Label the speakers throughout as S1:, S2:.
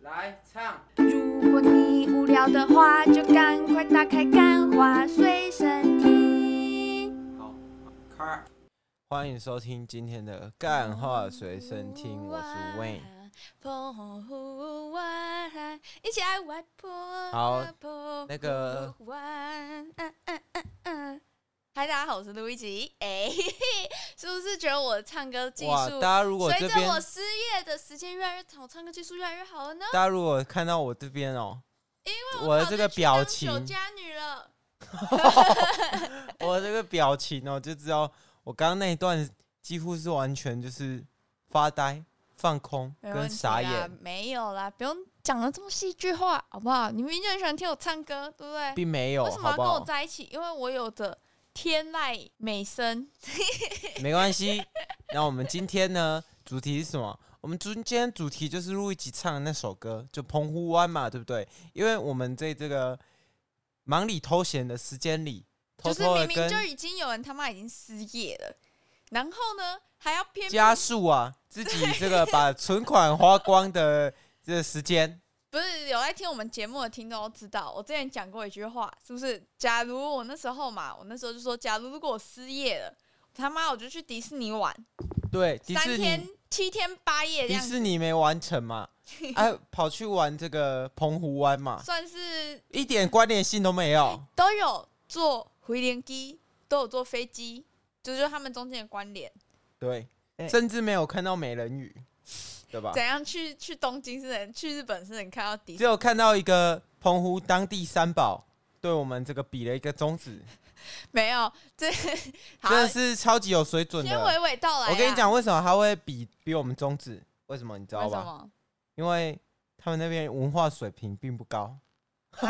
S1: 来唱。
S2: 如果你无聊的话，就赶快打开《干花随身听》。
S1: 好，开。
S3: 欢迎收听今天的《干话随身听》，
S2: 嗯
S3: 我是 Wayne。
S2: Wayne。一起来玩泼。
S3: 好
S2: 泼
S3: 那个
S2: 玩，嗯嗯嗯嗯。嗨，大家好，我是路易吉。哎、嘿嘿是不是觉得我唱歌技
S3: 哇，
S2: 术
S3: 大家如果
S2: 随
S3: 这
S2: 着
S3: 边，
S2: 我失业的时间越来越长，我唱歌技术越来越好了呢？
S3: 大家如果看到我这边哦，
S2: 因
S3: 为
S2: 我
S3: 我的
S2: 跑
S3: 这
S2: 着
S3: 个
S2: 去
S3: 表
S2: 当
S3: 情，
S2: 酒家女了。
S3: 我这个表情哦，就知道我刚刚那一段几乎是完全就是发呆、放空
S2: 没问
S3: 跟
S2: 题啦
S3: 傻眼，
S2: 没有啦，不用讲的这么戏剧化，好不好？你明明就很喜欢听我唱歌，对不对？
S3: 并没有，
S2: 为什么
S3: 好
S2: 要
S3: 不
S2: 跟我
S3: 好？
S2: 在一起？因为我有着天籁美声，
S3: 没关系。那我们今天呢，主题是什么？我们今天主题就是录一集唱的那首歌，就《澎湖湾》嘛，对不对？因为我们在这个忙里偷闲的时间里，偷
S2: 就是
S3: 偷的
S2: 明明
S3: 跟
S2: 就已经有人他妈已经失业了，然后呢还要偏
S3: 加速啊，自己这个把存款花光的这个时间，
S2: 不是有在听我们节目的听众都知道，我之前讲过一句话，是不是？假如我那时候嘛，我那时候就说，假如如果我失业了，他妈我就去迪士尼玩
S3: 对，迪
S2: 三
S3: 士
S2: 天
S3: 尼
S2: 七天八夜这
S3: 迪
S2: 样子，
S3: 士尼没完 成嘛，哎、跑去玩这个澎湖湾嘛，
S2: 算是
S3: 一点关联性都没有。
S2: 都有坐回联机，都有坐飞机，这就是他们中间的关联。
S3: 对，
S2: 对
S3: 甚至没有看到美人鱼，对吧？
S2: 怎样去去东京是能，去日本是能看到迪
S3: 只有看到一个澎湖当地三宝。对我们这个比了一个中指，
S2: 没有？这 好
S3: 真，的是超级有水准
S2: 先
S3: 的。
S2: 娓娓道来。啊
S3: 我跟你，讲，为什么他会比比我们中指？为什么你知道
S2: 为什
S3: 吧？
S2: 么？
S3: 因为他们那边文化水平并不高。
S2: 好，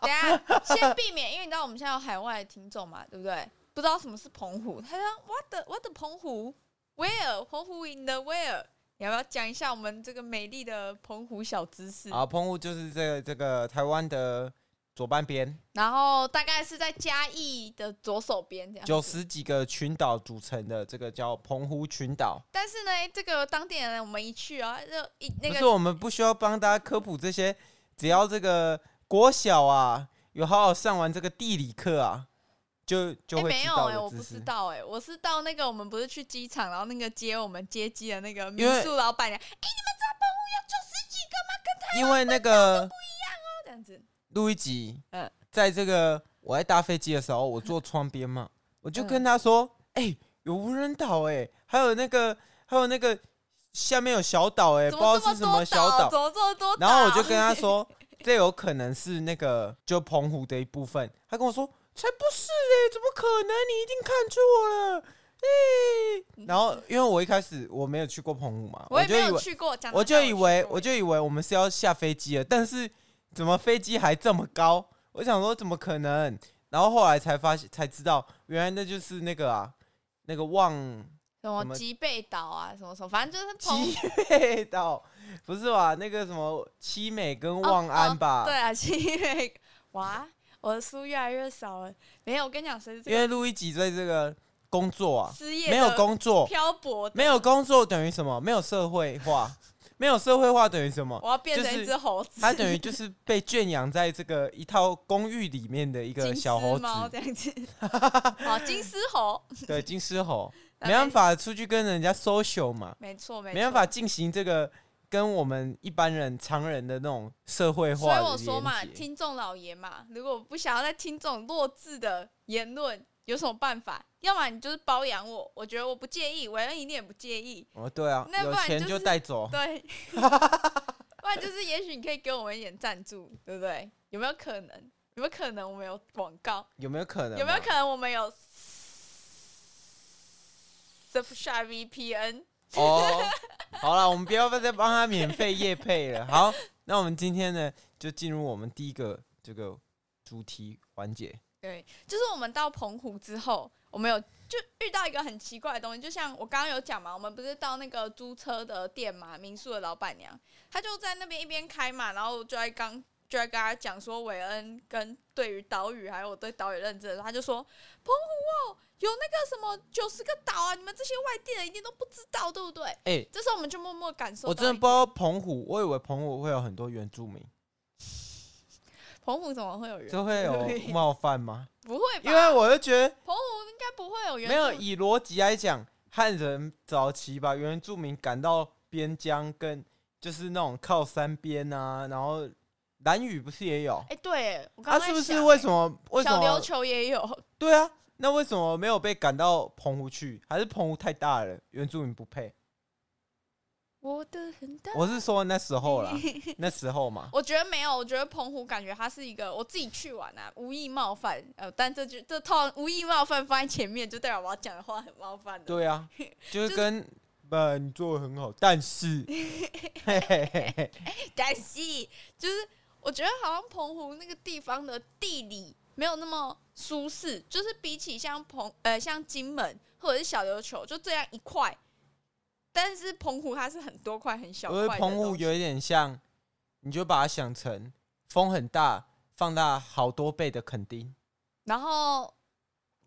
S2: 等一下先避免，因为你知道我们现在有海外的听众嘛，对不对？不知道什么是澎湖，他说 What the What the 澎湖？Where 澎湖 in the where？你要不要讲一下我们这个美丽的澎湖小知识？
S3: 啊，澎湖就是这个这个台湾的左半边，
S2: 然后大概是在嘉义的左手边这样子。
S3: 九十几个群岛组成的，这个叫澎湖群岛。
S2: 但是呢，这个当地人我们一去啊，就一那
S3: 不
S2: 个
S3: 嗯是我们不需要帮大家科普这些，只要这个国小啊有好好上完这个地理课啊，就就
S2: 诶
S3: 会
S2: 哎没
S3: 知
S2: 有
S3: 道
S2: 诶
S3: 的
S2: 我不
S3: 知
S2: 知
S3: 识。
S2: 道哎、我是到那个我们不是去机场，然后那个接我们接机的那个民
S3: 因为
S2: 宿老板娘，哎、你们知道澎湖有九十几个吗？跟他
S3: 因为那个
S2: 这样子，
S3: 录一集，
S2: 嗯
S3: 在这个我在搭飞机的时候，我坐窗边嘛，我就
S2: 嗯
S3: 跟他说：“哎、有无人岛哎、还有那个还有那个下面有小岛哎、
S2: 怎
S3: 不知道
S2: 这么
S3: 是什
S2: 多
S3: 么小岛。”
S2: 怎么这么多岛？
S3: 然后我就跟他说，这有可能是那个就澎湖的一部分。他跟我说，才不是嘞，怎么可能？你一定看错了。哎、然后因为我一开始我没有去过澎湖嘛，
S2: 我也
S3: 就
S2: 没
S3: 以
S2: 有
S3: 为
S2: 去啊过，讲
S3: 我就以为我
S2: 就
S3: 就以为我们是要下飞机了，但是怎么飞机还这么高？我想说怎么可能？然后后来才发现才知道，原来那就是那个啊，那个望
S2: 什
S3: 什
S2: 么
S3: 么
S2: 吉贝岛啊，什么什么，反正就是澎湖
S3: 七美岛，不是吧？那个什么七美跟望安吧？
S2: 哦对啊， 因为哇，我的书越来越少了。没有，我跟你讲，随着这
S3: 因
S2: 个
S3: 为路易吉在这个工作啊，
S2: 失业
S3: 没有
S2: 的
S3: 工作，
S2: 漂泊的，
S3: 没有工作等于什么？没有社会化， 没有社会化等于什么？
S2: 我要变成
S3: 就是
S2: 一只猴子，
S3: 他等于就是被圈养在这个一套公寓里面的一个
S2: 金
S3: 小
S2: 丝
S3: 猴
S2: 猫
S3: 子，
S2: 这样 子。 好，金丝猴，
S3: 对，金丝猴，
S2: 那
S3: 没办法出去跟人家 social 嘛，
S2: 没错，没错
S3: 没办法。进行这个跟我们一般人常人的那种社会
S2: 所
S3: 化
S2: 以
S3: 的
S2: 我说嘛，
S3: 连结
S2: 听众老爷嘛，如果不想要再听这种弱智的言论，有什么办法？要么你就是包养我，我觉得我不介意，韦恩一定也不介 意，
S3: 哦，对啊，
S2: 那不
S3: 有
S2: 然
S3: 钱
S2: 就
S3: 就是带走，
S2: 对。 不然就是，也许你可以给我们一点赞助，对不对？有没有可能？有没有可能我们有广告？
S3: 有没有可能？啊
S2: 有没有可？能我们有 Surfshark VPN？
S3: 哦，好了，我们不要再帮他免费夜配了。好，那我们今天呢，就进入我们第一个这个主题环节。
S2: 对，就是我们到澎湖之后，我们有就遇到一个很奇怪的东西，就像我刚刚有讲嘛，我们不是到那个租车的店嘛，民宿的老板娘，她就在那边一边开嘛，然后我就在刚就在跟她讲说，韦恩跟对于岛屿还有我对岛屿认知的时候，她就说澎湖哦，有那个什么九十个岛啊，你们这些外地人一定都不知道，对不对？
S3: 哎、
S2: 这时候我们就默默感受到
S3: 我
S2: 一
S3: 真的
S2: 点，
S3: 不知道澎湖，我以为澎湖会有很多原住民，
S2: 哎澎湖怎么会有人？
S3: 这会有冒 犯吗？
S2: 不会吧？
S3: 因为我就觉得
S2: 澎湖应该不会有原
S3: 没有，
S2: 住
S3: 以逻辑来讲，汉人早期把原住民赶到边疆，跟就是那种靠山边啊，然后蓝屿不是也有？
S2: 哎、对，我
S3: 他、
S2: 刚刚
S3: 啊是不
S2: 在
S3: 是
S2: 想
S3: 为
S2: 哎
S3: 什么？为什
S2: 小琉
S3: 么？
S2: 球也有？
S3: 对啊，那为什么没有被赶到澎湖去？还是澎湖太大了，原住民不配？
S2: 我的很大。
S3: 我是说那时 候啦，那时候嘛。
S2: 我觉得没有，我觉得澎湖感觉它是一个我自己去玩啊，无意冒犯，呃，但这句这套无意冒犯放在前面，就代表我要讲的话很冒犯的。
S3: 对 啊，就是
S2: 是
S3: 跟不，你做的很好，但是， 嘿嘿嘿嘿
S2: 感谢，就是我觉得好像澎湖那个地方的地理没有那么舒适，就是比起像澎呃像金门或者是小琉球就这样一块，但是澎湖它是很多块很小
S3: 我觉
S2: 块的
S3: 得澎湖
S2: 东西
S3: 有一点像，你就把它想成风很大，放大好多倍的垦丁，
S2: 然后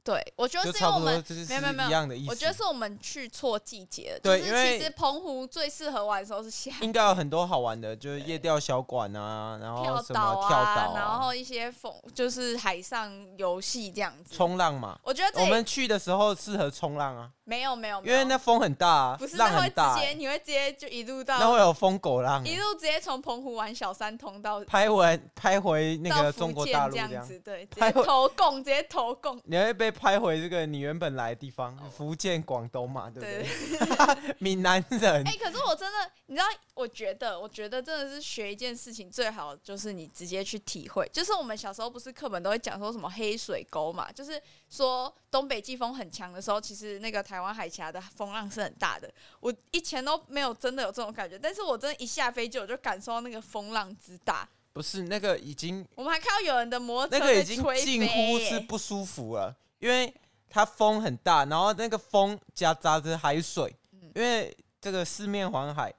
S2: 对我觉
S3: 就
S2: 得是因为哦
S3: 差
S2: 我
S3: 不多
S2: 们
S3: 就是
S2: 没有没有没有
S3: 一样的意思。
S2: 我觉得是我们去错季节了，
S3: 对
S2: 就
S3: 因
S2: 是
S3: 为
S2: 其实澎湖最适合玩的时候是夏
S3: 应该有很多好玩的，就是夜钓小馆啊，然后
S2: 跳
S3: 什么
S2: 岛
S3: 跳
S2: 啊，
S3: 岛、
S2: 然后一些风就是海上游戏这样子。
S3: 冲浪嘛。
S2: 我觉得这
S3: 我
S2: 里
S3: 们去的时候适合冲浪啊，
S2: 没有没有，没
S3: 因
S2: 有
S3: 为那风很大、啊，
S2: 不是
S3: 浪
S2: 那会
S3: 很大、
S2: 直接
S3: 欸，
S2: 你会直接就一路
S3: 那
S2: 到
S3: 会有疯狗浪、
S2: 一
S3: 欸，
S2: 路直接从澎湖玩小三通到
S3: 拍完拍回那
S2: 到
S3: 个
S2: 福
S3: 中
S2: 建
S3: 国大陆
S2: 这
S3: 这样
S2: 样。子，对，直
S3: 拍
S2: 接
S3: 回
S2: 投共直接投共，
S3: 你会被拍回这个你原本来的地方，福建、广东嘛，对
S2: 哦对。
S3: 不对？ 闽南人
S2: 哎、，可是我真的，你知道，我觉得，我觉得真的是学一件事情最好就是你直接去体会。就是我们小时候不是课本都会讲说什么黑水沟嘛，就是说东北季风很强的时候，其实那个台湾海峡的风浪是很大的。我以前都没有真的有这种感觉，但是我真的一下飞机我就感受到那个风浪之大。
S3: 不是那个已经
S2: 我们还看到有人的摩托
S3: 那
S2: 车
S3: 个已
S2: 被
S3: 经
S2: 吹飞
S3: 近乎
S2: 耶
S3: 是不舒服了，因为它风很大，然后那个风夹杂着海水，
S2: 嗯
S3: 因为这个四面环海，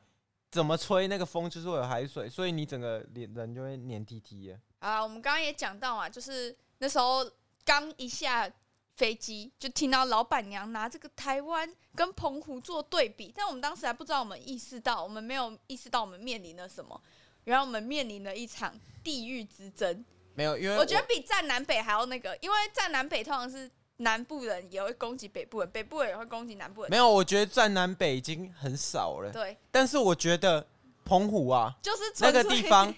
S3: 怎么吹那个风就是会有海水，所以你整个脸人就会黏 T T 的。
S2: 啊，我们刚刚也讲到嘛，就是那时候刚一下飞机，就听到老板娘拿这个台湾跟澎湖做对比，但我们当时还不知道，我们意识到，我们没有意识到我们面临了什么。原来我们面临了一场地域之争，
S3: 没有，因为
S2: 我觉得比站南北还要那个，因为站南北通常是南部人也会攻击北部人，北部人也会攻击南部人。
S3: 没有，我觉得在南北已经很少了，
S2: 对，
S3: 但是我觉得澎湖啊
S2: 就是
S3: 那
S2: 纯
S3: 个
S2: 粹
S3: 地方。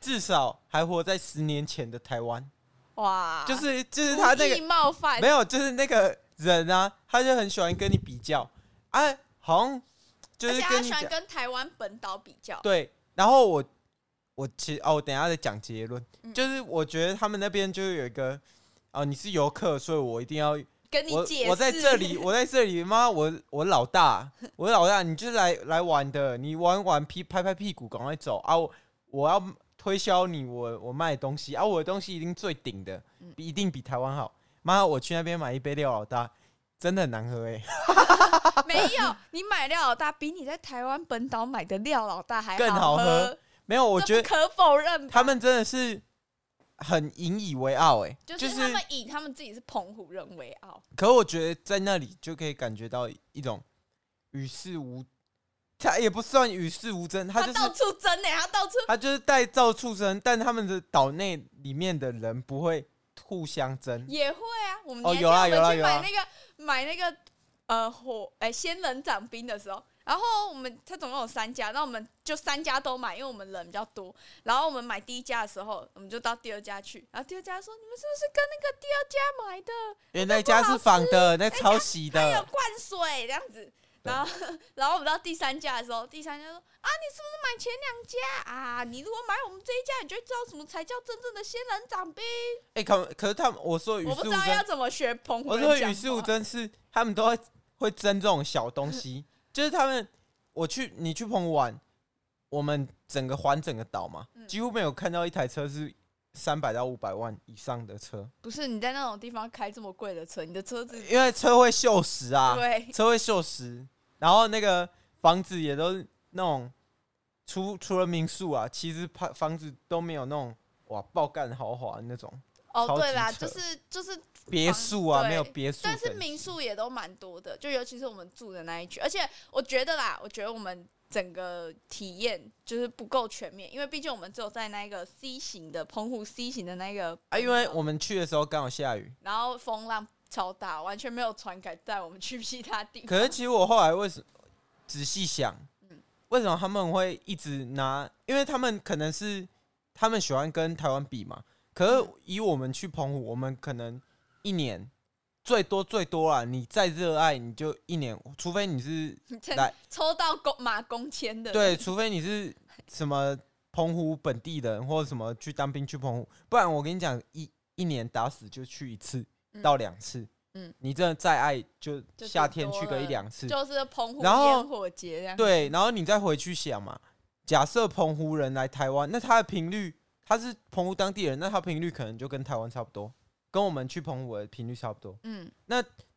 S3: 至少还活在十年前的台湾，
S2: 哇，
S3: 就是就是
S2: 啊故
S3: 他那个
S2: 意冒犯
S3: 没，有，就是那个人啊，他就很喜欢跟你比较，啊，好像就
S2: 而
S3: 是
S2: 且
S3: 跟
S2: 他
S3: 你
S2: 喜
S3: 讲
S2: 欢跟台湾本岛比较。
S3: 对。然后我我其实哦，我等一下再讲结论，
S2: 嗯
S3: 就是我觉得他们那边就有一个哦，你是游客，所以我一定要
S2: 跟你
S3: 我
S2: 解释，
S3: 我在这里，我在这里，妈，我我老大，我老大，你就是来来玩的，你玩玩屁拍拍屁股，赶快走啊！我我要推销你，我我卖东西啊，我的东西一定最顶的，
S2: 嗯
S3: 比一定比台湾好。妈，我去那边买一杯料老大，真的很难喝哎、
S2: 没有，你买廖老大比你在台湾本岛买的廖老大还
S3: 更
S2: 好
S3: 好喝没有，我
S2: 这
S3: 觉
S2: 不
S3: 得
S2: 可否认吧，
S3: 他们真的是很引以为傲哎、
S2: 就是
S3: 就是
S2: 他们以他们自己是澎湖人为傲，
S3: 可我觉得在那里就可以感觉到一种与世无，他也不算与世无争，他
S2: 他
S3: 就是
S2: 到处争呢、他到处
S3: 他就是带造畜生，但他们的岛内里面的人不会互相争。
S2: 也会啊。我们
S3: 哦
S2: 年轻
S3: 有啊
S2: 我
S3: 有啊
S2: 们去
S3: 有啊
S2: 买那个买那个呃火哎、仙人掌冰的时候。然后我们它总共有三家，那我们就三家都买，因为我们人比较多。然后我们买第一家的时候，我们就到第二家去。然后第二家说：“你们是不是跟那个第二家买的？”
S3: 原来家是仿的，那抄袭
S2: 还哎有
S3: 的。
S2: 灌水这样子。
S3: 嗯对
S2: 然后，然后我们到第三家的时候，第三家说：“啊，你是不是买前两家啊？你如果买我们这一家，你就会知道什么才叫真正的仙人掌呗。
S3: 哎、可可是他们，我说”与
S2: 我不
S3: 世
S2: 知
S3: 无
S2: 道要
S3: 争，
S2: 怎么学澎湖
S3: 我
S2: 人
S3: 说
S2: 讲
S3: 与世无
S2: 话。
S3: 争是他们都会会争这种小东西， 就是他们，我去你去澎湖玩，我们整个环整个岛嘛，
S2: 嗯
S3: 几乎没有看到一台车是三百到五百万以上的车，
S2: 不是你在那种地方开这么贵的车，你的车子、
S3: 因为车会锈蚀啊。
S2: 对
S3: 车会锈蚀，然后那个房子也都是那种，除除了民宿啊，其实房房子都没有那种哇爆干豪华那种。
S2: 哦，
S3: 超级
S2: 对啦，
S3: 扯
S2: 就是就是，
S3: 别墅啊，
S2: 对
S3: 没有别墅
S2: 但
S3: 等级，
S2: 是民宿也都蛮多的，就尤其是我们住的那一区，而且我觉得啦，我觉得我们整个体验就是不够全面，因为毕竟我们只有在那一个 C 型的澎湖 C 型的那一个
S3: 啊，因为我们去的时候刚好下雨。
S2: 然后风浪超大，完全没有船敢带我们去其他地方。
S3: 可是其实我后来为什么仔细想
S2: 嗯，
S3: 为什么他们会一直拿？因为他们可能是他们喜欢跟台湾比嘛。可是
S2: 嗯
S3: 以我们去澎湖，我们可能一年最多最多啊，你再热爱你就一年，除非你是
S2: 你 真
S3: 来
S2: 抽到公马公签的，
S3: 对，除非你是什么澎湖本地人或者什么去当兵去澎湖，不然我跟你讲，一一年打死就去一次
S2: 嗯
S3: 到两次。
S2: 嗯
S3: 你真的再爱就
S2: 就
S3: 夏
S2: 顶
S3: 天
S2: 多
S3: 去个一
S2: 了
S3: 两次，
S2: 就是澎湖
S3: 然后
S2: 烟火节这样。
S3: 对，然后你再回去想嘛，假设澎湖人来台湾，那他的频率，他是澎湖当地人，那他频率可能就跟台湾差不多，跟我们去澎湖的频率差不多。
S2: 嗯，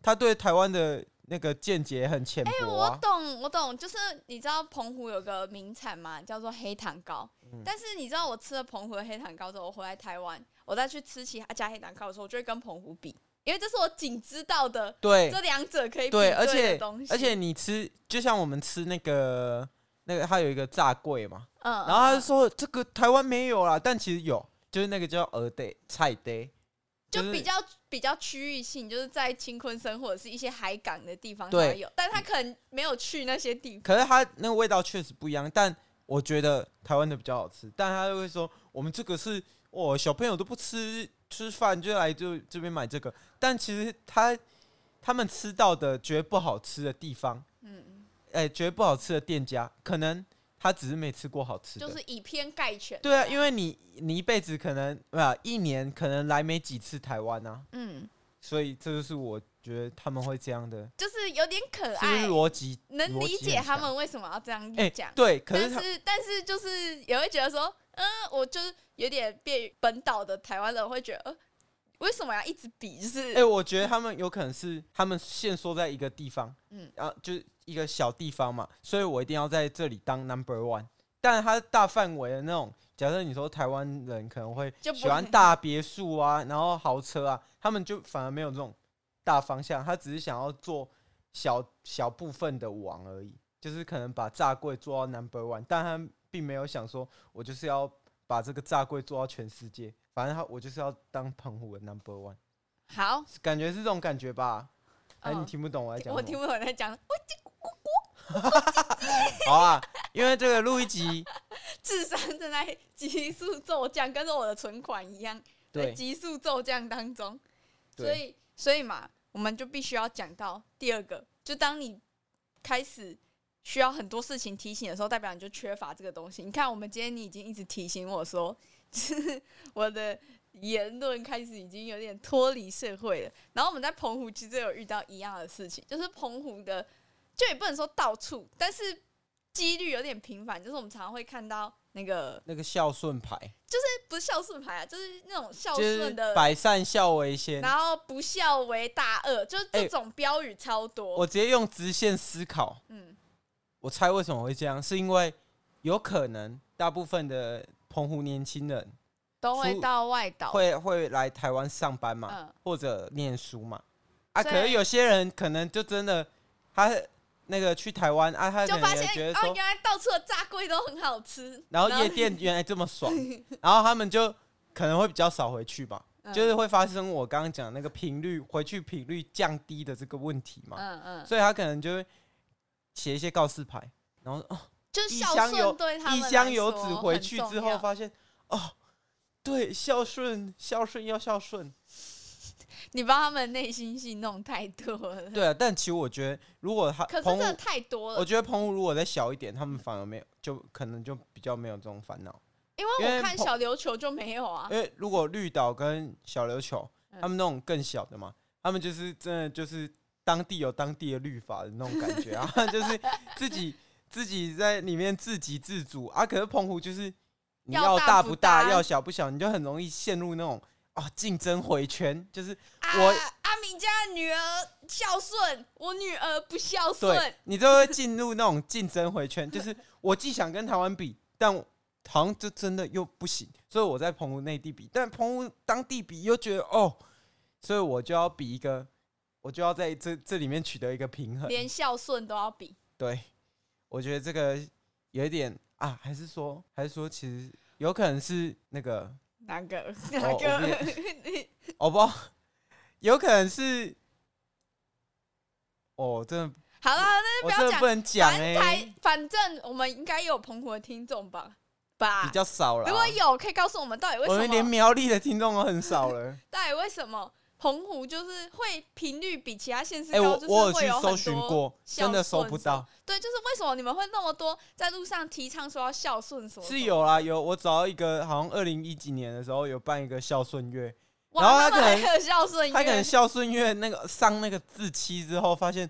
S3: 他对台湾的那个见解很浅薄
S2: 哎我
S3: 啊，
S2: 懂，我懂，就是你知道澎湖有个名产嘛，叫做黑糖糕。
S3: 嗯
S2: 但是你知道我吃了澎湖的黑糖糕之后，我回来台湾，我再去吃其他家黑糖糕的时候，我就会跟澎湖比，因为这是我仅知道的
S3: 对
S2: 这两者可以比
S3: 对，而
S2: 对
S3: 且
S2: 的东西。
S3: 而且你吃，就像我们吃那个那个，它有一个炸柜嘛，
S2: 嗯，嗯，
S3: 然后他就
S2: 嗯
S3: 说这个台湾没有啦，但其实有，就是那个叫鹅day、菜 day，
S2: 就是比较比较区域性，就是在青昆生或者是一些海港的地方
S3: 对
S2: 才有，但他可能没有去那些地方。
S3: 可是它那个味道确实不一样，但我觉得台湾的比较好吃。但他就会说，我们这个是哦，小朋友都不吃吃饭就来就这边买这个，但其实他他们吃到的绝不好吃的地方，
S2: 嗯，
S3: 哎、绝不好吃的店家，可能他只是没吃过好吃的。
S2: 就是以偏概全。
S3: 对啊，因为你你一辈子可能啊，一年可能来没几次台湾啊，
S2: 嗯，
S3: 所以这就是我觉得他们会这样的，
S2: 就是有点可
S3: 是不
S2: 爱
S3: 是，逻辑？
S2: 能理解他
S3: 逻辑很强
S2: 们为什么要这样
S3: 哎、
S2: 讲。
S3: 对，可是
S2: 但
S3: 他
S2: 是但是就是也会觉得说，嗯，我就是有点被本岛的台湾人会觉得，呃为什么要一直比？就是、
S3: 哎、我觉得他们有可能是他们限缩在一个地方，嗯
S2: 嗯，
S3: 然后就是一个小地方嘛，所以我一定要在这里当 number one。但他大范围的那种，假设你说台湾人可能会
S2: 就不
S3: 喜欢大别墅啊，然后豪车啊，他们就反而没有这种大方向，他只是想要做小小部分的网而已，就是可能把炸柜做到 number one，但他并没有想说我就是要把这个炸柜做到全世界，反正他我就是要当澎湖的 number one。
S2: 好，
S3: 感觉是这种感觉吧？哎，你
S2: 嗯
S3: 听不懂我在讲
S2: 我
S3: 什
S2: 听
S3: 么？
S2: 不懂你在讲什么，我
S3: 好啊，因为这个录 一集，
S2: 智商正在急速骤降，跟着我的存款一样。在
S3: 对
S2: 急速骤降当中，所
S3: 对
S2: 以所以嘛，我们就必须要讲到第二个，就当你开始需要很多事情提醒的时候，代表你就缺乏这个东西。你看，我们今天你已经一直提醒我说，就是我的言论开始已经有点脱离社会了。然后我们在澎湖其实有遇到一样的事情，就是澎湖的，就也不能说到处，但是几率有点频繁，就是我们常常会看到那个
S3: 那个孝顺牌，
S2: 不是孝顺牌啊，就是那种孝
S3: 就是
S2: 顺的
S3: 百善孝为先。
S2: 然后不孝为大恶，就是
S3: 哎
S2: 这种标语超多。
S3: 我直接用直线思考，
S2: 嗯
S3: 我猜为什么会这样，是因为有可能大部分的澎湖年轻人
S2: 都会
S3: 出
S2: 到外岛，
S3: 会会来台湾上班嘛，
S2: 嗯，
S3: 或者念书嘛。啊，可
S2: 所以
S3: 是有些人可能就真的他那个去台湾啊，他
S2: 就
S3: 可
S2: 发
S3: 能也
S2: 现
S3: 觉得
S2: 哦，
S3: 说
S2: 原，来到处的炸龟都很好吃。
S3: 然后夜店原来这 么爽，然后他们就可能会比较少回去吧。
S2: 嗯
S3: 就是会发生我刚刚讲那个频率回去频率降低的这个问题嘛，
S2: 嗯嗯，
S3: 所以他可能就会写一些告示牌，然后哦
S2: 就是
S3: 异
S2: 孝
S3: 乡游
S2: 顺对他们
S3: 一
S2: 来
S3: 箱油
S2: 说
S3: 纸回
S2: 很
S3: 去
S2: 重
S3: 之后
S2: 要
S3: 发现哦，对，孝顺孝顺要 孝顺，
S2: 你帮他们内心戏弄太多了。
S3: 对啊，但其实我觉得如果他
S2: 可是
S3: 澎
S2: 真
S3: 湖
S2: 的，太多
S3: 我
S2: 了，
S3: 觉得澎湖如果再小一点，他们反而没有，就可能就比较没有这种烦恼，
S2: 因
S3: 因
S2: 为
S3: 为
S2: 我看
S3: 澎
S2: 小琉球就没有啊。
S3: 因为如果绿岛跟小琉球，
S2: 嗯
S3: 他们那种更小的嘛，他们就是真的就是当地有当地的律法的那种感 觉啊，就是自己自己在里面自给自足啊。可是澎湖就是你
S2: 要
S3: 要
S2: 大
S3: 大
S2: 不
S3: 不大，
S2: 大
S3: 要小不小，你就很容易陷入那种啊竞争回圈，就是我
S2: 啊，阿明家的女儿孝顺，我女儿不孝
S3: 对
S2: 顺。
S3: 你就会进入那种竞争回圈，就是我既想跟台湾比，但好像就真的又不行，所以我在澎湖内地比，但澎湖当地比又觉得哦，所以我就要比一个，我就要在这这里面取得一个平衡。
S2: 连孝顺都要比。
S3: 对，我觉得这个有一点啊，还是说，还是说，其实有可能是那个，
S2: 哪个？
S3: 哪哦我个 变哦不，有可能是，哦，真的，
S2: 好了，那就不
S3: 我真
S2: 要
S3: 的
S2: 讲
S3: 不。能讲
S2: 反
S3: 哎、
S2: 台，反正我们应该有澎湖的听众吧？吧
S3: 比，较少了。
S2: 如果有，可以告诉我们到底为
S3: 我们
S2: 什
S3: 连
S2: 么？
S3: 苗栗的听众都很少 了。
S2: 到底为什么澎湖就是会频率比其他县市
S3: 哎、
S2: 高？
S3: 我
S2: 就是
S3: 我有
S2: 会
S3: 去
S2: 有
S3: 搜
S2: 很
S3: 寻
S2: 多
S3: 过，
S2: 孝
S3: 真的搜
S2: 顺
S3: 不
S2: 什么
S3: 到。
S2: 对，就是为什么你们会那么多在路上提倡说要孝顺什么？
S3: 是有啦，有我找到一个，好像二零一几年的时候有办一个孝顺月，
S2: 哇，
S3: 然后他
S2: 们
S3: 可能
S2: 还有孝顺
S3: 他可能
S2: 乐
S3: 孝顺月那个上那个字期之后，发现，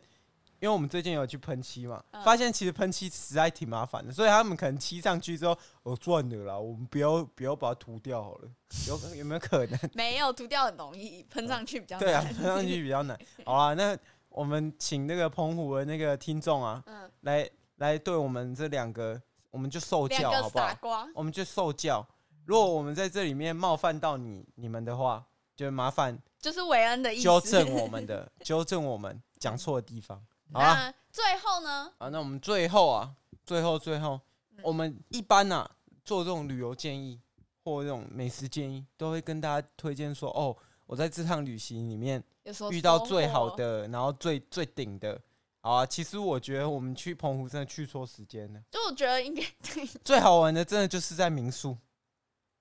S3: 因为我们最近有去喷漆嘛，
S2: 嗯
S3: 发现其实喷漆实在挺麻烦的，所以他们可能漆上去之后，我、哦、赚了啦，我们不要不要把它涂掉好了，有有没有 可能？
S2: 没有涂掉很容易，喷上去比较
S3: 对啊，
S2: 难
S3: 喷上去比较难。好啊，那我们请那个澎湖的那个听众啊，
S2: 嗯，
S3: 来来对我们这两个，我们就受
S2: 两
S3: 教好
S2: 个
S3: 不好
S2: 傻？瓜，
S3: 我们就受教。如果我们在这里面冒犯到你你们的话，就麻烦
S2: 就是韦恩的意思。
S3: 纠正我 们的，纠正我们讲错的地方。
S2: 嗯
S3: 好啊啦，
S2: 那最后呢？
S3: 啊，那我们最后啊，最后最后，
S2: 嗯
S3: 我们一般啊做这种旅游建议或这种美食建议，都会跟大家推荐说，哦，我在这趟旅行里面
S2: 有时候
S3: 遇到
S2: 收
S3: 最好
S2: 获，
S3: 的，然后最最顶的。好啊，其实我觉得我们去澎湖真的去错时间了。
S2: 就我觉得应该
S3: 最好玩的真的就是在 民宿，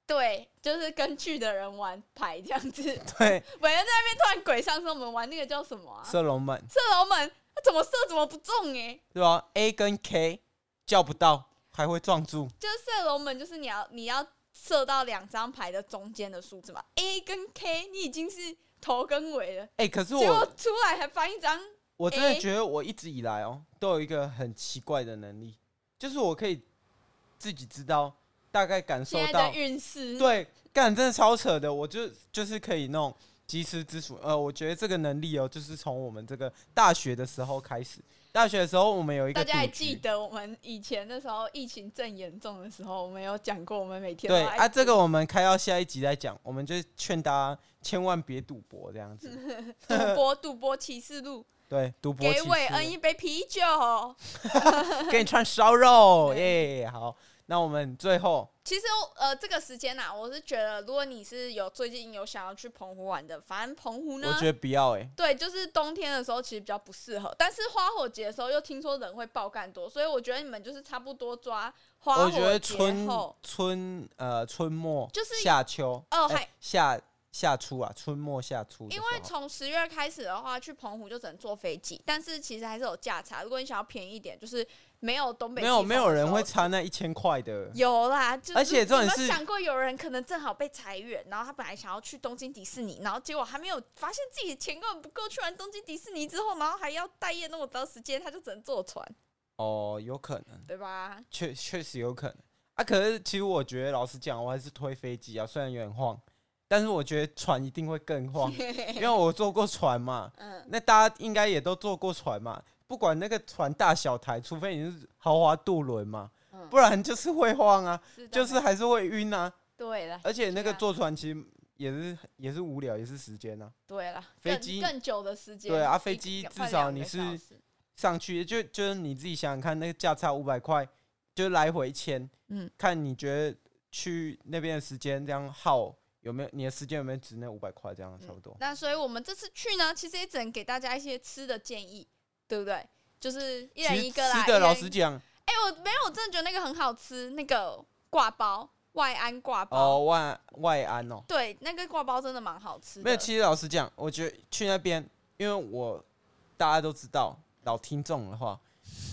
S2: 对，就是跟去的人玩牌这样子。
S3: 对，
S2: 韦恩在那边突然鬼上身，我们玩那个叫什么啊？
S3: 射龙门。
S2: 射龙门，他怎么射怎么不中哎、
S3: 对吧、a 跟 K 叫不到，还会撞住。
S2: 就是射龙门，就是你要你要射到两张牌的中间的数字嘛。A 跟 K，你已经是头跟尾了，
S3: 哎、可是
S2: 结果
S3: 我
S2: 出来还翻一张。
S3: 我真的
S2: A
S3: 觉得我一直以来哦，都有一个很奇怪的能力，就是我可以自己知道，大概感受
S2: 现在
S3: 到
S2: 的。运势，
S3: 对，干真的超扯的，我就就是可以弄及时之数。呃，我觉得这个能力哦，就是从我们这个大学的时候开始。大学的时候，我们有一个
S2: 大家还
S3: 赌局
S2: 记得我们以前的时候，疫情正严重的时候，我们有讲过，我们每天都
S3: 对
S2: 在
S3: 啊，这个我们开到下一集再讲。我们就劝大家千万别赌博这 样子。
S2: 赌博，赌博启示录，
S3: 对， 赌
S2: 给
S3: 博
S2: 哎
S3: 歧
S2: 韦
S3: 视
S2: 恩一杯啤酒。
S3: 给你串烧肉
S2: 对
S3: 耶好，那我们最后
S2: 其实我呃，这个时间呐、我是觉得，如果你是有最近有想要去澎湖玩的，反正澎湖呢
S3: 我，觉得不要哎、
S2: 对，就是冬天的时候其实比较不适合，但是花火节的时候又听说人会爆干多，所以我觉得你们就是差不多抓花
S3: 哦
S2: 火
S3: 我觉得
S2: 节
S3: 春
S2: 后，哦
S3: 春呃春末
S2: 就是
S3: 夏秋
S2: 哦
S3: 哎
S2: 还
S3: 夏夏初啊，春末夏初的时
S2: 因
S3: 候，
S2: 为从十月开始的话，去澎湖就只能坐飞机，但是其实还是有价差。如果你想要便宜一点，就是没有东北季
S3: 没有
S2: 风
S3: 没有
S2: 的
S3: 人
S2: 时
S3: 会
S2: 候
S3: 差那一千块的，
S2: 有啦，就是
S3: 而且重点
S2: 你有没有
S3: 是
S2: 想过有人可能正好被裁员，然后他本来想要去东京迪士尼，然后结果还没有发现自己的钱根本不够，去完东京迪士尼之后，然后还要待业那么长时间，他就只能坐船，
S3: 哦，有可能，
S2: 对吧？
S3: 确确实有可能啊。可是其实我觉得，老实讲，我还是推飞机啊，虽然有点晃，但是我觉得船一定会更晃，因为我坐过船嘛，
S2: 嗯，
S3: 那大家应该也都坐过船嘛，不管那个船大小台，除非你是豪华渡轮嘛，
S2: 嗯
S3: 不然就是会晃啊，
S2: 是的
S3: 就是还是会晕啊。
S2: 对了，
S3: 而且那
S2: 对
S3: 个
S2: 啊
S3: 坐船其实也是也是无聊，也是时间啊。
S2: 对了，
S3: 飞
S2: 更
S3: 机
S2: 更久的时间，
S3: 对啊
S2: 一个
S3: 飞机
S2: 快
S3: 至少
S2: 两个
S3: 你是
S2: 小时
S3: 上去就就是你自己想想看，那个价差五百块，就来回签，
S2: 嗯
S3: 看你觉得去那边的时间这样耗有没有你的时间有没有值那五百块这
S2: 嗯
S3: 样差不多。
S2: 那所以我们这次去呢，其实也只能给大家一些吃的建议，对不对？就是一
S3: 其实
S2: 人一个啦。
S3: 吃
S2: 一
S3: 的
S2: 人
S3: 老实讲，
S2: 哎、我没有，我真的觉得那个很好吃，那个挂包，外安挂包。
S3: 哦外外安哦，
S2: 对，那个挂包真的蛮好吃的。
S3: 没有，其实老实讲，我觉得去那边，因为我大家都知道，老听众的话，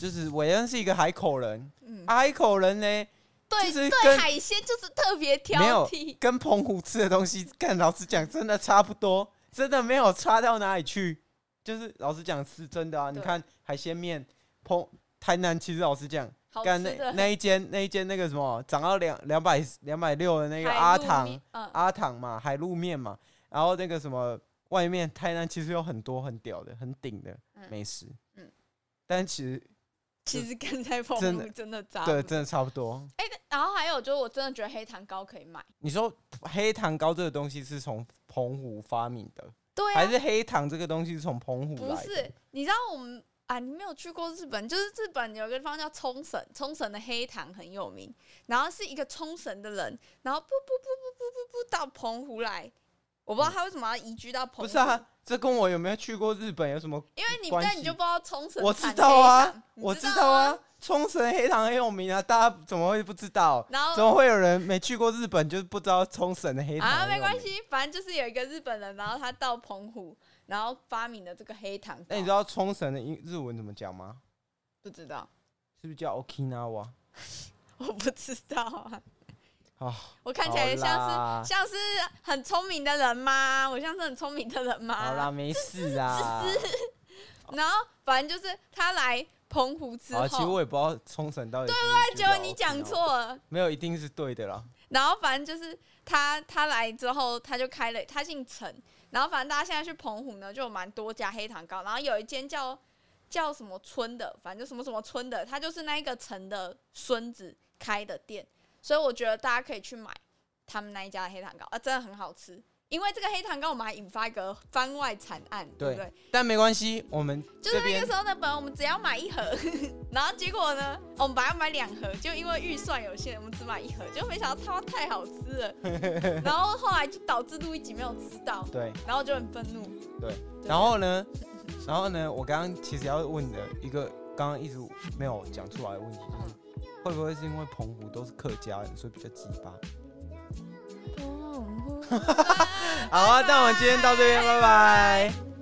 S3: 就是韦恩是一个海口人，
S2: 嗯，
S3: 啊海口人呢
S2: 对
S3: 就是
S2: 对，
S3: 跟
S2: 海鲜就是特别挑
S3: 没有
S2: 剔。
S3: 跟澎湖吃的东西，干老实讲，真的差不多，真的没有差到哪里去。就是老实讲是真的啊，
S2: 对
S3: 你看海鲜面，澎台南其实老实讲，
S2: 好
S3: 干
S2: 吃
S3: 那
S2: 的
S3: 那一间那一间那个什么涨到两两百两百六的那个
S2: 海
S3: 阿
S2: 陆
S3: 唐啊
S2: 面，嗯，
S3: 阿唐嘛，海陆面嘛，然后那个什么外面台南其实有很多很屌的、很顶的
S2: 嗯
S3: 美食，
S2: 嗯
S3: 但其实
S2: 其实干菜澎
S3: 真
S2: 湖
S3: 的
S2: 真的渣。
S3: 对，真的差不多。
S2: 哎、然后还有就是，我真的觉得黑糖糕可以买。
S3: 你说黑糖糕这个东西是从澎湖发明的，
S2: 对
S3: 还
S2: 啊，
S3: 是黑糖这个东西是从澎湖
S2: 不
S3: 来的？
S2: 是，你知道我们啊，你没有去过日本，就是日本有个地方叫冲绳，冲绳的黑糖很有名，然后是一个冲绳的人，然后不不不不不不不到澎湖来，我不知道他为什么要移居到澎湖，
S3: 嗯不是啊，这跟我有没有去过日本有什么？
S2: 因为你
S3: 关
S2: 但
S3: 系
S2: 你就不知道冲绳
S3: 我
S2: 产
S3: 知
S2: 黑
S3: 道啊
S2: 糖，你
S3: 我
S2: 知
S3: 道啊，冲绳黑糖很有名啊，大家怎么会不知道？
S2: 然
S3: 怎
S2: 后。
S3: 么会有人没去过日本就是不知道冲绳的黑糖？
S2: 啊，没关。系，反正就是有一个日本人，然后他到澎湖，然后发明了这个黑糖糕。
S3: 那你知道冲绳的英日文怎么讲吗？
S2: 不知道？
S3: 是不是叫 Okinawa？
S2: 我不知道啊。
S3: 啊，
S2: 我看起来像
S3: 好啦
S2: 是像是很聪明的人吗？我像是很聪明的人吗？
S3: 好啦，没事啊。
S2: 然后反正就是他来澎湖之
S3: 好，
S2: 后，
S3: 其实我也不知道冲绳到底对
S2: 但结果你讲，错了。
S3: 哦没有一定是对的啦。
S2: 然后反正就是他他来之后，他就开了，他姓陈。然后反正大家现在去澎湖呢，就有蛮多家黑糖糕，然后有一间叫叫什么村的，反正就什么什么村的，他就是那一个陈的孙子开的店，所以我觉得大家可以去买他们那一家的黑糖糕啊，真的很好吃。因为这个黑糖糕，我们还引发一个番外惨案，对不
S3: 对
S2: 对？
S3: 但没关系，我们
S2: 就是
S3: 这
S2: 那
S3: 边
S2: 个时候呢，本来我们只要买一盒， 然后结果呢，我们本来要买两盒，就因为预算有限，我们只买一盒，就没想到它太好吃 了，然后后来就导致录一集没有吃到，
S3: 对。
S2: 然后就很愤怒。
S3: 对，然后呢，然后呢，我刚刚其实要问的一个刚刚一直没有讲出来的问题，
S2: 嗯
S3: 就是会不会是因为澎湖都是客家人，所以比较鸡巴？好啊，那我们今天到这边，拜拜